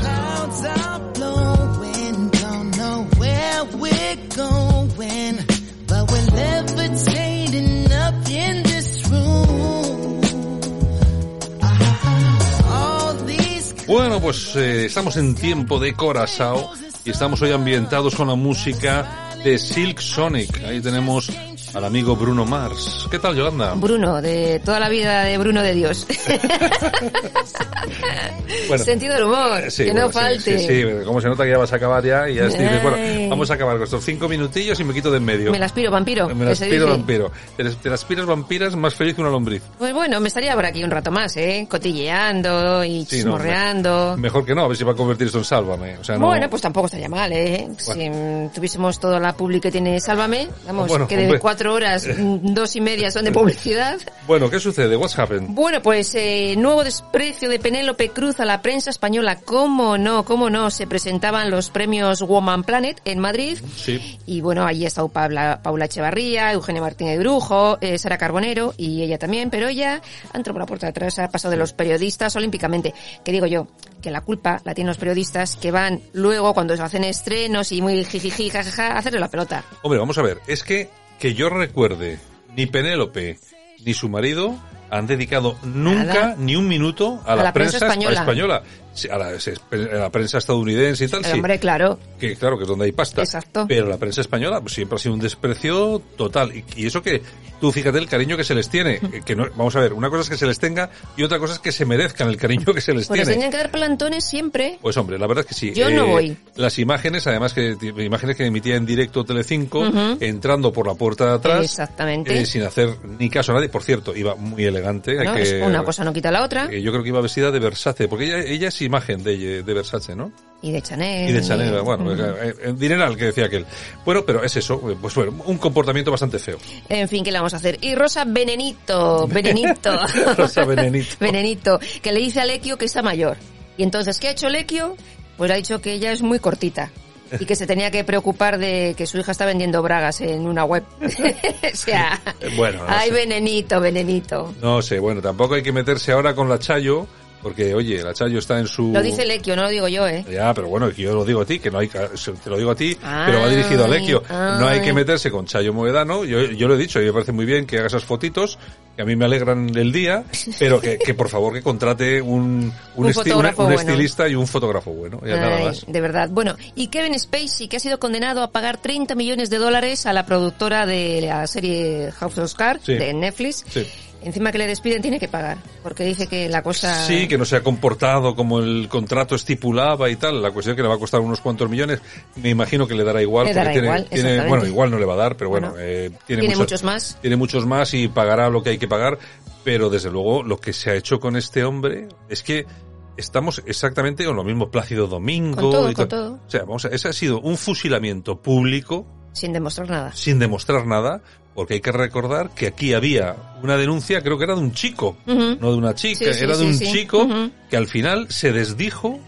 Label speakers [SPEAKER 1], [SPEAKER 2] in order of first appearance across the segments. [SPEAKER 1] Clouds are blowing, don't know where we're going, but we're levitating up in this room. Ah, All these
[SPEAKER 2] Bueno, pues eh, estamos en tiempo de Corazao y estamos hoy ambientados con la música de Silk Sonic. Ahí tenemos al amigo Bruno Mars. ¿Qué tal, Yolanda?
[SPEAKER 3] Bruno, de toda la vida de Bruno de Dios.
[SPEAKER 2] Bueno, eh,
[SPEAKER 3] Sentido del humor,
[SPEAKER 2] sí,
[SPEAKER 3] que
[SPEAKER 2] bueno,
[SPEAKER 3] no
[SPEAKER 2] sí,
[SPEAKER 3] falte.
[SPEAKER 2] Sí, sí, como se nota que ya vas a acabar ya y ya es- dices, bueno,
[SPEAKER 3] Ay.
[SPEAKER 2] vamos a acabar con estos cinco minutillos y me quito de en medio.
[SPEAKER 3] Me las piro, vampiro.
[SPEAKER 2] Me
[SPEAKER 3] que
[SPEAKER 2] las
[SPEAKER 3] se
[SPEAKER 2] piro,
[SPEAKER 3] dice.
[SPEAKER 2] vampiro. Te las- te las piras vampiras más feliz que una lombriz.
[SPEAKER 3] Pues bueno, me estaría por aquí un rato más, ¿eh? Cotilleando y
[SPEAKER 2] Sí, no,
[SPEAKER 3] chismorreando.
[SPEAKER 2] me- Mejor que no, a ver si va a convertir esto en sálvame. O sea, no-
[SPEAKER 3] Bueno, pues tampoco estaría mal, ¿eh? Si mm, tuviésemos toda la publi que tiene Sálvame, vamos,
[SPEAKER 2] Bueno,
[SPEAKER 3] que de
[SPEAKER 2] hombre.
[SPEAKER 3] cuatro horas, mm, dos y media son de publicidad.
[SPEAKER 2] Bueno, ¿qué sucede? What's happened?
[SPEAKER 3] Bueno, pues eh, nuevo desprecio de Penélope Cruz a la prensa española. ¿Cómo no? ¿Cómo no? Se presentaban los premios Woman Planet en Madrid.
[SPEAKER 2] Sí.
[SPEAKER 3] Y bueno, allí ha estado Paula, Paula Echevarría, Eugenia Martínez Brujo, eh, Sara Carbonero y ella también, pero ella ha entrado por la puerta de atrás, ha pasado de los periodistas olímpicamente. Que digo yo, que la culpa la tienen los periodistas que van luego cuando se hacen estrenos y muy jijiji, jajaja, a hacerle la pelota.
[SPEAKER 2] Hombre, vamos a ver, es que que yo recuerde, ni Penélope ni su marido han dedicado nunca
[SPEAKER 3] Nada.
[SPEAKER 2] ni un minuto a la,
[SPEAKER 3] la prensa española.
[SPEAKER 2] Sí, A, la, a la prensa estadounidense y tal,
[SPEAKER 3] El
[SPEAKER 2] sí. Pues
[SPEAKER 3] hombre, claro,
[SPEAKER 2] que claro, que es donde hay pasta.
[SPEAKER 3] Exacto.
[SPEAKER 2] Pero la prensa española pues, siempre ha sido un desprecio total. Y, y eso que tú fíjate el cariño que se les tiene. eh, Que no, vamos a ver, una cosa es que se les tenga y otra cosa es que se merezcan el cariño que se les
[SPEAKER 3] pues les
[SPEAKER 2] tiene.
[SPEAKER 3] tenían que dar plantones siempre.
[SPEAKER 2] Pues hombre, la verdad es que sí. Eh,
[SPEAKER 3] Yo no voy.
[SPEAKER 2] Las imágenes, además que ti- imágenes que emitía en directo Telecinco, entrando por la puerta de atrás,
[SPEAKER 3] Exactamente.
[SPEAKER 2] eh, sin hacer ni caso a nadie. Por cierto, iba muy elegante. hay
[SPEAKER 3] ¿no?
[SPEAKER 2] que-
[SPEAKER 3] Es Una cosa no quita la otra.
[SPEAKER 2] eh, yo creo que iba vestida de Versace, porque ella, ella es imagen de, de Versace, ¿no?
[SPEAKER 3] Y de Chanel.
[SPEAKER 2] Y de Chanel, bueno,
[SPEAKER 3] Ujú.
[SPEAKER 2] eh, eh, dineral que decía aquel. Bueno, pero es eso, eh, pues bueno, un comportamiento bastante feo.
[SPEAKER 3] En fin, ¿qué le vamos a hacer? Y Rosa Venenito, Venenito.
[SPEAKER 2] Rosa Venenito.
[SPEAKER 3] Venenito, que le dice a Lequio que está mayor. Y entonces, ¿qué ha hecho Lequio? Pues ha dicho que ella es muy cortita. Y que se tenía que preocupar de que su hija está vendiendo bragas en una web. o sea,
[SPEAKER 2] Eh, bueno, no
[SPEAKER 3] ay,
[SPEAKER 2] sé.
[SPEAKER 3] venenito, venenito.
[SPEAKER 2] No sé, bueno, tampoco hay que meterse ahora con la Chayo, porque oye, la Chayo está en su...
[SPEAKER 3] Lo dice Lequio, no lo digo yo, ¿eh?
[SPEAKER 2] Ya, pero bueno, que yo lo digo a ti, que no hay que- se- te lo digo a ti,
[SPEAKER 3] Ay,
[SPEAKER 2] pero va dirigido a Lequio. No hay
[SPEAKER 3] ay.
[SPEAKER 2] que meterse con Chayo Moedano, yo, yo lo he dicho, y me parece muy bien que haga esas fotitos, que a mí me alegran el día, pero que, que por favor que contrate un, un,
[SPEAKER 3] Un
[SPEAKER 2] esti-
[SPEAKER 3] fotógrafo
[SPEAKER 2] un
[SPEAKER 3] bueno.
[SPEAKER 2] estilista y un fotógrafo bueno, ya nada
[SPEAKER 3] Ay,
[SPEAKER 2] más.
[SPEAKER 3] de verdad. Bueno, y Kevin Spacey, que ha sido condenado a pagar 30 millones de dólares a la productora de la serie House of Cards
[SPEAKER 2] Sí.
[SPEAKER 3] de Netflix.
[SPEAKER 2] Sí.
[SPEAKER 3] Encima que le despiden, tiene que pagar, porque dice que la cosa...
[SPEAKER 2] Sí, que no se ha comportado como el contrato estipulaba y tal. La cuestión es que le va a costar unos cuantos millones. Me imagino que le dará igual.
[SPEAKER 3] Le
[SPEAKER 2] porque
[SPEAKER 3] dará
[SPEAKER 2] tiene-
[SPEAKER 3] igual,
[SPEAKER 2] tiene-
[SPEAKER 3] exactamente.
[SPEAKER 2] bueno, igual no le va a dar, pero bueno.
[SPEAKER 3] Bueno,
[SPEAKER 2] eh, tiene
[SPEAKER 3] tiene muchos más.
[SPEAKER 2] Tiene muchos más y pagará lo que hay que pagar. Pero desde luego lo que se ha hecho con este hombre es que estamos exactamente con lo mismo Plácido Domingo.
[SPEAKER 3] Con todo,
[SPEAKER 2] y
[SPEAKER 3] con
[SPEAKER 2] tal.
[SPEAKER 3] todo.
[SPEAKER 2] O sea, vamos a- ese ha sido un fusilamiento público
[SPEAKER 3] Sin demostrar nada.
[SPEAKER 2] sin demostrar nada, porque hay que recordar que aquí había una denuncia, creo que era de un chico,
[SPEAKER 3] Ujú.
[SPEAKER 2] no de una chica,
[SPEAKER 3] Sí, sí,
[SPEAKER 2] era de
[SPEAKER 3] sí,
[SPEAKER 2] un
[SPEAKER 3] sí.
[SPEAKER 2] chico
[SPEAKER 3] Ujú.
[SPEAKER 2] que al final se desdijo,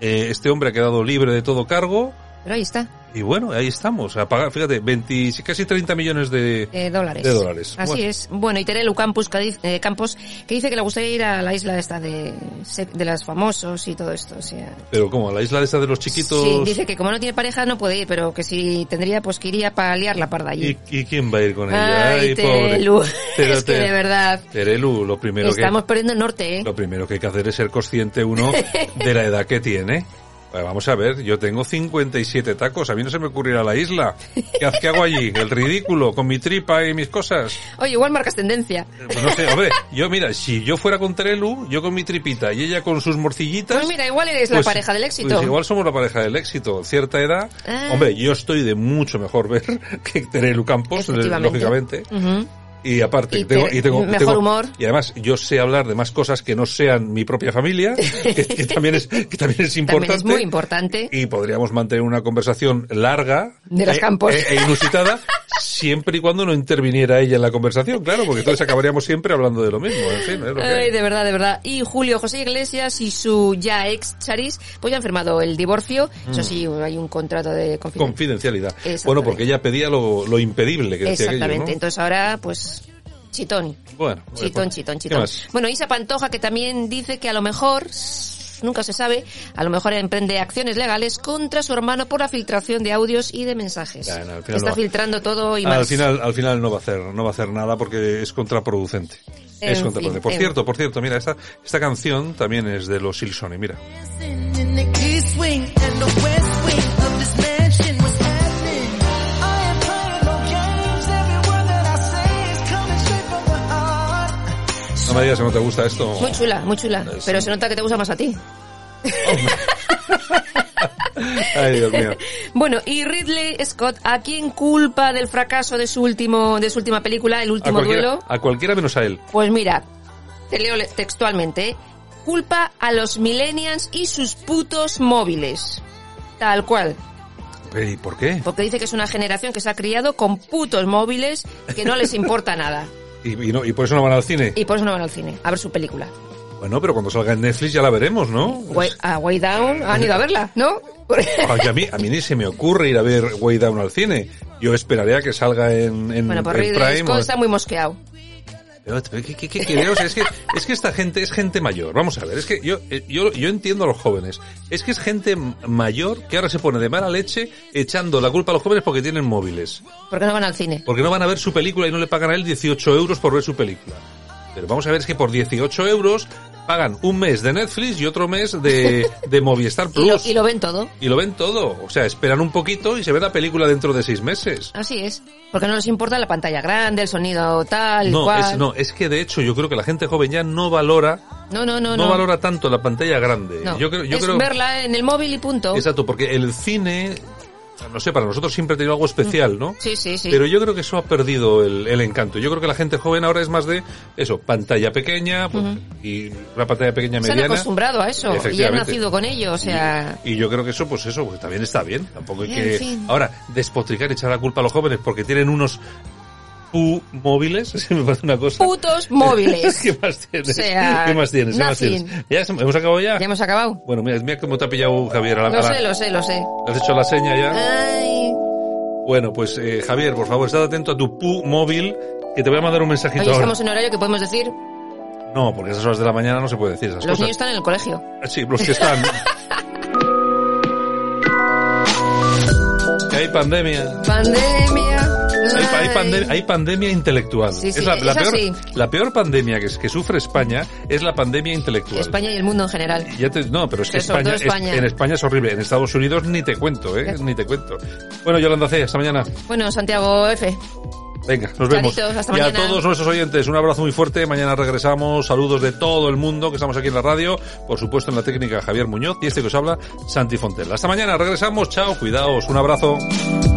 [SPEAKER 2] eh, este hombre ha quedado libre de todo cargo,
[SPEAKER 3] Pero ahí está,
[SPEAKER 2] y bueno, ahí estamos, a pagar, fíjate, 20, casi 30 millones de...
[SPEAKER 3] eh, dólares.
[SPEAKER 2] De dólares.
[SPEAKER 3] Así
[SPEAKER 2] Bueno.
[SPEAKER 3] es. Bueno, y Terelu Campos, que dice- eh, Campos, que dice que le gustaría ir a la isla esta de, se- de las famosos y todo esto, o sea...
[SPEAKER 2] Pero como, la isla esa de los chiquitos...
[SPEAKER 3] Sí, dice que como no tiene pareja no puede ir, pero que si tendría, pues que iría para liar la parda allí.
[SPEAKER 2] ¿Y, y quién va a ir con ella?
[SPEAKER 3] Ay,
[SPEAKER 2] pobre.
[SPEAKER 3] Terelu.
[SPEAKER 2] Pero
[SPEAKER 3] es que
[SPEAKER 2] te-
[SPEAKER 3] de verdad.
[SPEAKER 2] Terelu, lo primero que...
[SPEAKER 3] Estamos perdiendo el norte, ¿eh?
[SPEAKER 2] Lo primero que hay que hacer es ser consciente uno de la edad que tiene. Bueno, Vamos a ver, yo tengo 57 tacos, a mí no se me ocurrirá la isla. ¿Qué, ha- qué hago allí? El ridículo, con mi tripa y mis cosas.
[SPEAKER 3] Oye, igual marcas tendencia.
[SPEAKER 2] Eh, Pues no sé, hombre, yo mira, si yo fuera con Terelu, yo con mi tripita y ella con sus morcillitas...
[SPEAKER 3] Pues mira, igual eres la
[SPEAKER 2] pues-
[SPEAKER 3] pareja del éxito.
[SPEAKER 2] Pues igual somos la pareja del éxito. Cierta edad,
[SPEAKER 3] Ah.
[SPEAKER 2] hombre, yo estoy de mucho mejor ver que Terelu Campos,
[SPEAKER 3] Efectivamente.
[SPEAKER 2] lógicamente.
[SPEAKER 3] Ujú.
[SPEAKER 2] Y aparte,
[SPEAKER 3] Y
[SPEAKER 2] tengo,
[SPEAKER 3] te-
[SPEAKER 2] y tengo-
[SPEAKER 3] mejor
[SPEAKER 2] tengo-
[SPEAKER 3] humor.
[SPEAKER 2] Y además, yo sé hablar de más cosas que no sean mi propia familia, que, que también, es, que también es importante.
[SPEAKER 3] También es muy importante.
[SPEAKER 2] Y podríamos mantener una conversación larga.
[SPEAKER 3] De los
[SPEAKER 2] e-
[SPEAKER 3] campos.
[SPEAKER 2] E, e inusitada, siempre y cuando no interviniera ella en la conversación, claro, porque entonces acabaríamos siempre hablando de lo mismo. En fin, es lo que hay.
[SPEAKER 3] Ay, de verdad, de verdad. Y Julio José Iglesias y su ya ex Charis, pues ya han firmado el divorcio.
[SPEAKER 2] Mm.
[SPEAKER 3] Eso sí, hay un contrato de confidencialidad.
[SPEAKER 2] Confidencialidad.
[SPEAKER 3] Exactamente.
[SPEAKER 2] Bueno, porque ella pedía lo, lo impedible que decía aquello,
[SPEAKER 3] Exactamente.
[SPEAKER 2] ¿no?
[SPEAKER 3] Entonces ahora, pues, chitón.
[SPEAKER 2] Bueno,
[SPEAKER 3] Chitón,
[SPEAKER 2] bueno.
[SPEAKER 3] chitón,
[SPEAKER 2] ¿Qué
[SPEAKER 3] chitón.
[SPEAKER 2] más?
[SPEAKER 3] Bueno, Isa Pantoja, que también dice que a lo mejor, nunca se sabe, a lo mejor emprende acciones legales contra su hermano por la filtración de audios y de mensajes.
[SPEAKER 2] Ya, no, al final
[SPEAKER 3] Que
[SPEAKER 2] no
[SPEAKER 3] está
[SPEAKER 2] va.
[SPEAKER 3] filtrando todo y
[SPEAKER 2] al
[SPEAKER 3] más.
[SPEAKER 2] final al final no va a hacer no va a hacer nada porque es contraproducente
[SPEAKER 3] En
[SPEAKER 2] es contraproducente
[SPEAKER 3] fin,
[SPEAKER 2] por
[SPEAKER 3] en-
[SPEAKER 2] cierto por cierto mira esta esta canción también es de los Silsoni mira
[SPEAKER 1] dancing in the east wing and the west wing of this mansion was happening. I ain't playing no games. Every word that I say is coming straight from the heart.
[SPEAKER 2] no me digas que no te gusta esto
[SPEAKER 3] Muy chula, muy chula.
[SPEAKER 2] Es-
[SPEAKER 3] Pero se nota que te gusta más a ti.
[SPEAKER 2] ay Dios mío
[SPEAKER 3] Bueno, y Ridley Scott, ¿a quién culpa del fracaso de su último, de su última película, El
[SPEAKER 2] a
[SPEAKER 3] último
[SPEAKER 2] cualquiera,
[SPEAKER 3] duelo?
[SPEAKER 2] a cualquiera menos a él
[SPEAKER 3] Pues mira, te leo le- textualmente, ¿eh? culpa a los millennials y sus putos móviles. Tal cual,
[SPEAKER 2] ¿y por qué?
[SPEAKER 3] porque dice que es una generación que se ha criado con putos móviles que no les importa nada
[SPEAKER 2] Y, y no, y por eso no van al cine
[SPEAKER 3] y por eso no van al cine a ver su película.
[SPEAKER 2] bueno pero cuando salga en Netflix ya la veremos ¿no?
[SPEAKER 3] Way- a Way Down han ido a verla, ¿no?
[SPEAKER 2] Ay, a, mí, a mí ni se me ocurre ir a ver Way Down al cine yo esperaré a que salga en, en,
[SPEAKER 3] Bueno, pues
[SPEAKER 2] en
[SPEAKER 3] Ridley
[SPEAKER 2] Prime
[SPEAKER 3] Scott
[SPEAKER 2] o-
[SPEAKER 3] está muy mosqueado.
[SPEAKER 2] Pero, pero, ¿Qué, qué- qué- qué veo? O sea, es, que, es que esta gente es gente mayor. Vamos a ver, es que yo, eh, yo, yo entiendo a los jóvenes. Es que es gente m- mayor que ahora se pone de mala leche echando la culpa a los jóvenes porque tienen móviles.
[SPEAKER 3] ¿Por qué no van al cine?
[SPEAKER 2] Porque no van a ver su película y no le pagan a él 18 euros por ver su película. Pero vamos a ver, es que por 18 euros pagan un mes de Netflix y otro mes de, de Movistar Plus.
[SPEAKER 3] Y lo, y lo ven todo.
[SPEAKER 2] Y lo ven todo. O sea, esperan un poquito y se ve la película dentro de seis meses.
[SPEAKER 3] Así es, porque no les importa la pantalla grande, el sonido tal,
[SPEAKER 2] No
[SPEAKER 3] cual.
[SPEAKER 2] es, no, es que de hecho yo creo que la gente joven ya no valora
[SPEAKER 3] no, no, no,
[SPEAKER 2] no,
[SPEAKER 3] no.
[SPEAKER 2] valora tanto la pantalla grande.
[SPEAKER 3] No.
[SPEAKER 2] Yo creo, yo
[SPEAKER 3] es
[SPEAKER 2] creo,
[SPEAKER 3] verla en el móvil y punto.
[SPEAKER 2] exacto, porque el cine, no sé, para nosotros siempre ha tenido algo especial, ¿no?
[SPEAKER 3] Sí, sí, sí.
[SPEAKER 2] Pero yo creo que eso ha perdido el, el encanto. Yo creo que la gente joven ahora es más de eso, pantalla pequeña pues, y una pantalla pequeña
[SPEAKER 3] Se han
[SPEAKER 2] mediana.
[SPEAKER 3] acostumbrado a eso y han
[SPEAKER 2] Efectivamente.
[SPEAKER 3] nacido con ello, o sea...
[SPEAKER 2] Y yo creo que eso, pues eso, pues también está bien. Tampoco hay
[SPEAKER 3] En
[SPEAKER 2] que...
[SPEAKER 3] fin.
[SPEAKER 2] Ahora, despotricar, echar la culpa a los jóvenes porque tienen unos pu móviles, se me parece una cosa.
[SPEAKER 3] Putos móviles.
[SPEAKER 2] ¿Qué más tienes?
[SPEAKER 3] O sea,
[SPEAKER 2] ¿Qué más tienes? ¿Qué más
[SPEAKER 3] nothing.
[SPEAKER 2] tienes? ¿Ya se- hemos acabado ya?
[SPEAKER 3] Ya hemos acabado.
[SPEAKER 2] Bueno, mira, mira cómo te ha pillado Javier a la
[SPEAKER 3] Lo
[SPEAKER 2] a la-
[SPEAKER 3] sé, lo sé, lo Ah. sé.
[SPEAKER 2] ¿Has hecho la seña ya?
[SPEAKER 3] Ay,
[SPEAKER 2] Bueno, pues eh, Javier, por favor, estad atento a tu pu móvil, que te voy a mandar un mensajito
[SPEAKER 3] hoy
[SPEAKER 2] ahora.
[SPEAKER 3] estamos en horario que podemos decir,
[SPEAKER 2] No, porque a esas horas de la mañana no se puede decir esas
[SPEAKER 3] los niños
[SPEAKER 2] cosas.
[SPEAKER 3] están en el colegio.
[SPEAKER 2] Sí, los que están. que hay pandemia.
[SPEAKER 3] Pandemia.
[SPEAKER 2] Hay, pa- hay
[SPEAKER 3] Ay.
[SPEAKER 2] pandem- hay pandemia intelectual.
[SPEAKER 3] Sí, sí,
[SPEAKER 2] es la, la
[SPEAKER 3] esa
[SPEAKER 2] peor,
[SPEAKER 3] sí.
[SPEAKER 2] la peor pandemia que, es- que sufre España es la pandemia intelectual.
[SPEAKER 3] España y el mundo en general.
[SPEAKER 2] Ya te- no, pero es que
[SPEAKER 3] Pero sobre
[SPEAKER 2] España,
[SPEAKER 3] todo España.
[SPEAKER 2] es- en España es horrible. En Estados Unidos ni te cuento, ¿eh? Ni te cuento. Bueno, Yolanda C, hasta mañana.
[SPEAKER 3] Bueno, Santiago F.
[SPEAKER 2] Venga, nos vemos.
[SPEAKER 3] Charitos, hasta
[SPEAKER 2] y
[SPEAKER 3] mañana.
[SPEAKER 2] a todos nuestros oyentes, un abrazo muy fuerte. Mañana regresamos. Saludos de todo el mundo que estamos aquí en la radio. Por supuesto, en la técnica Javier Muñoz y este que os habla, Santi Fontel. Hasta mañana, regresamos. Chao, cuidaos. Un abrazo.
[SPEAKER 1] I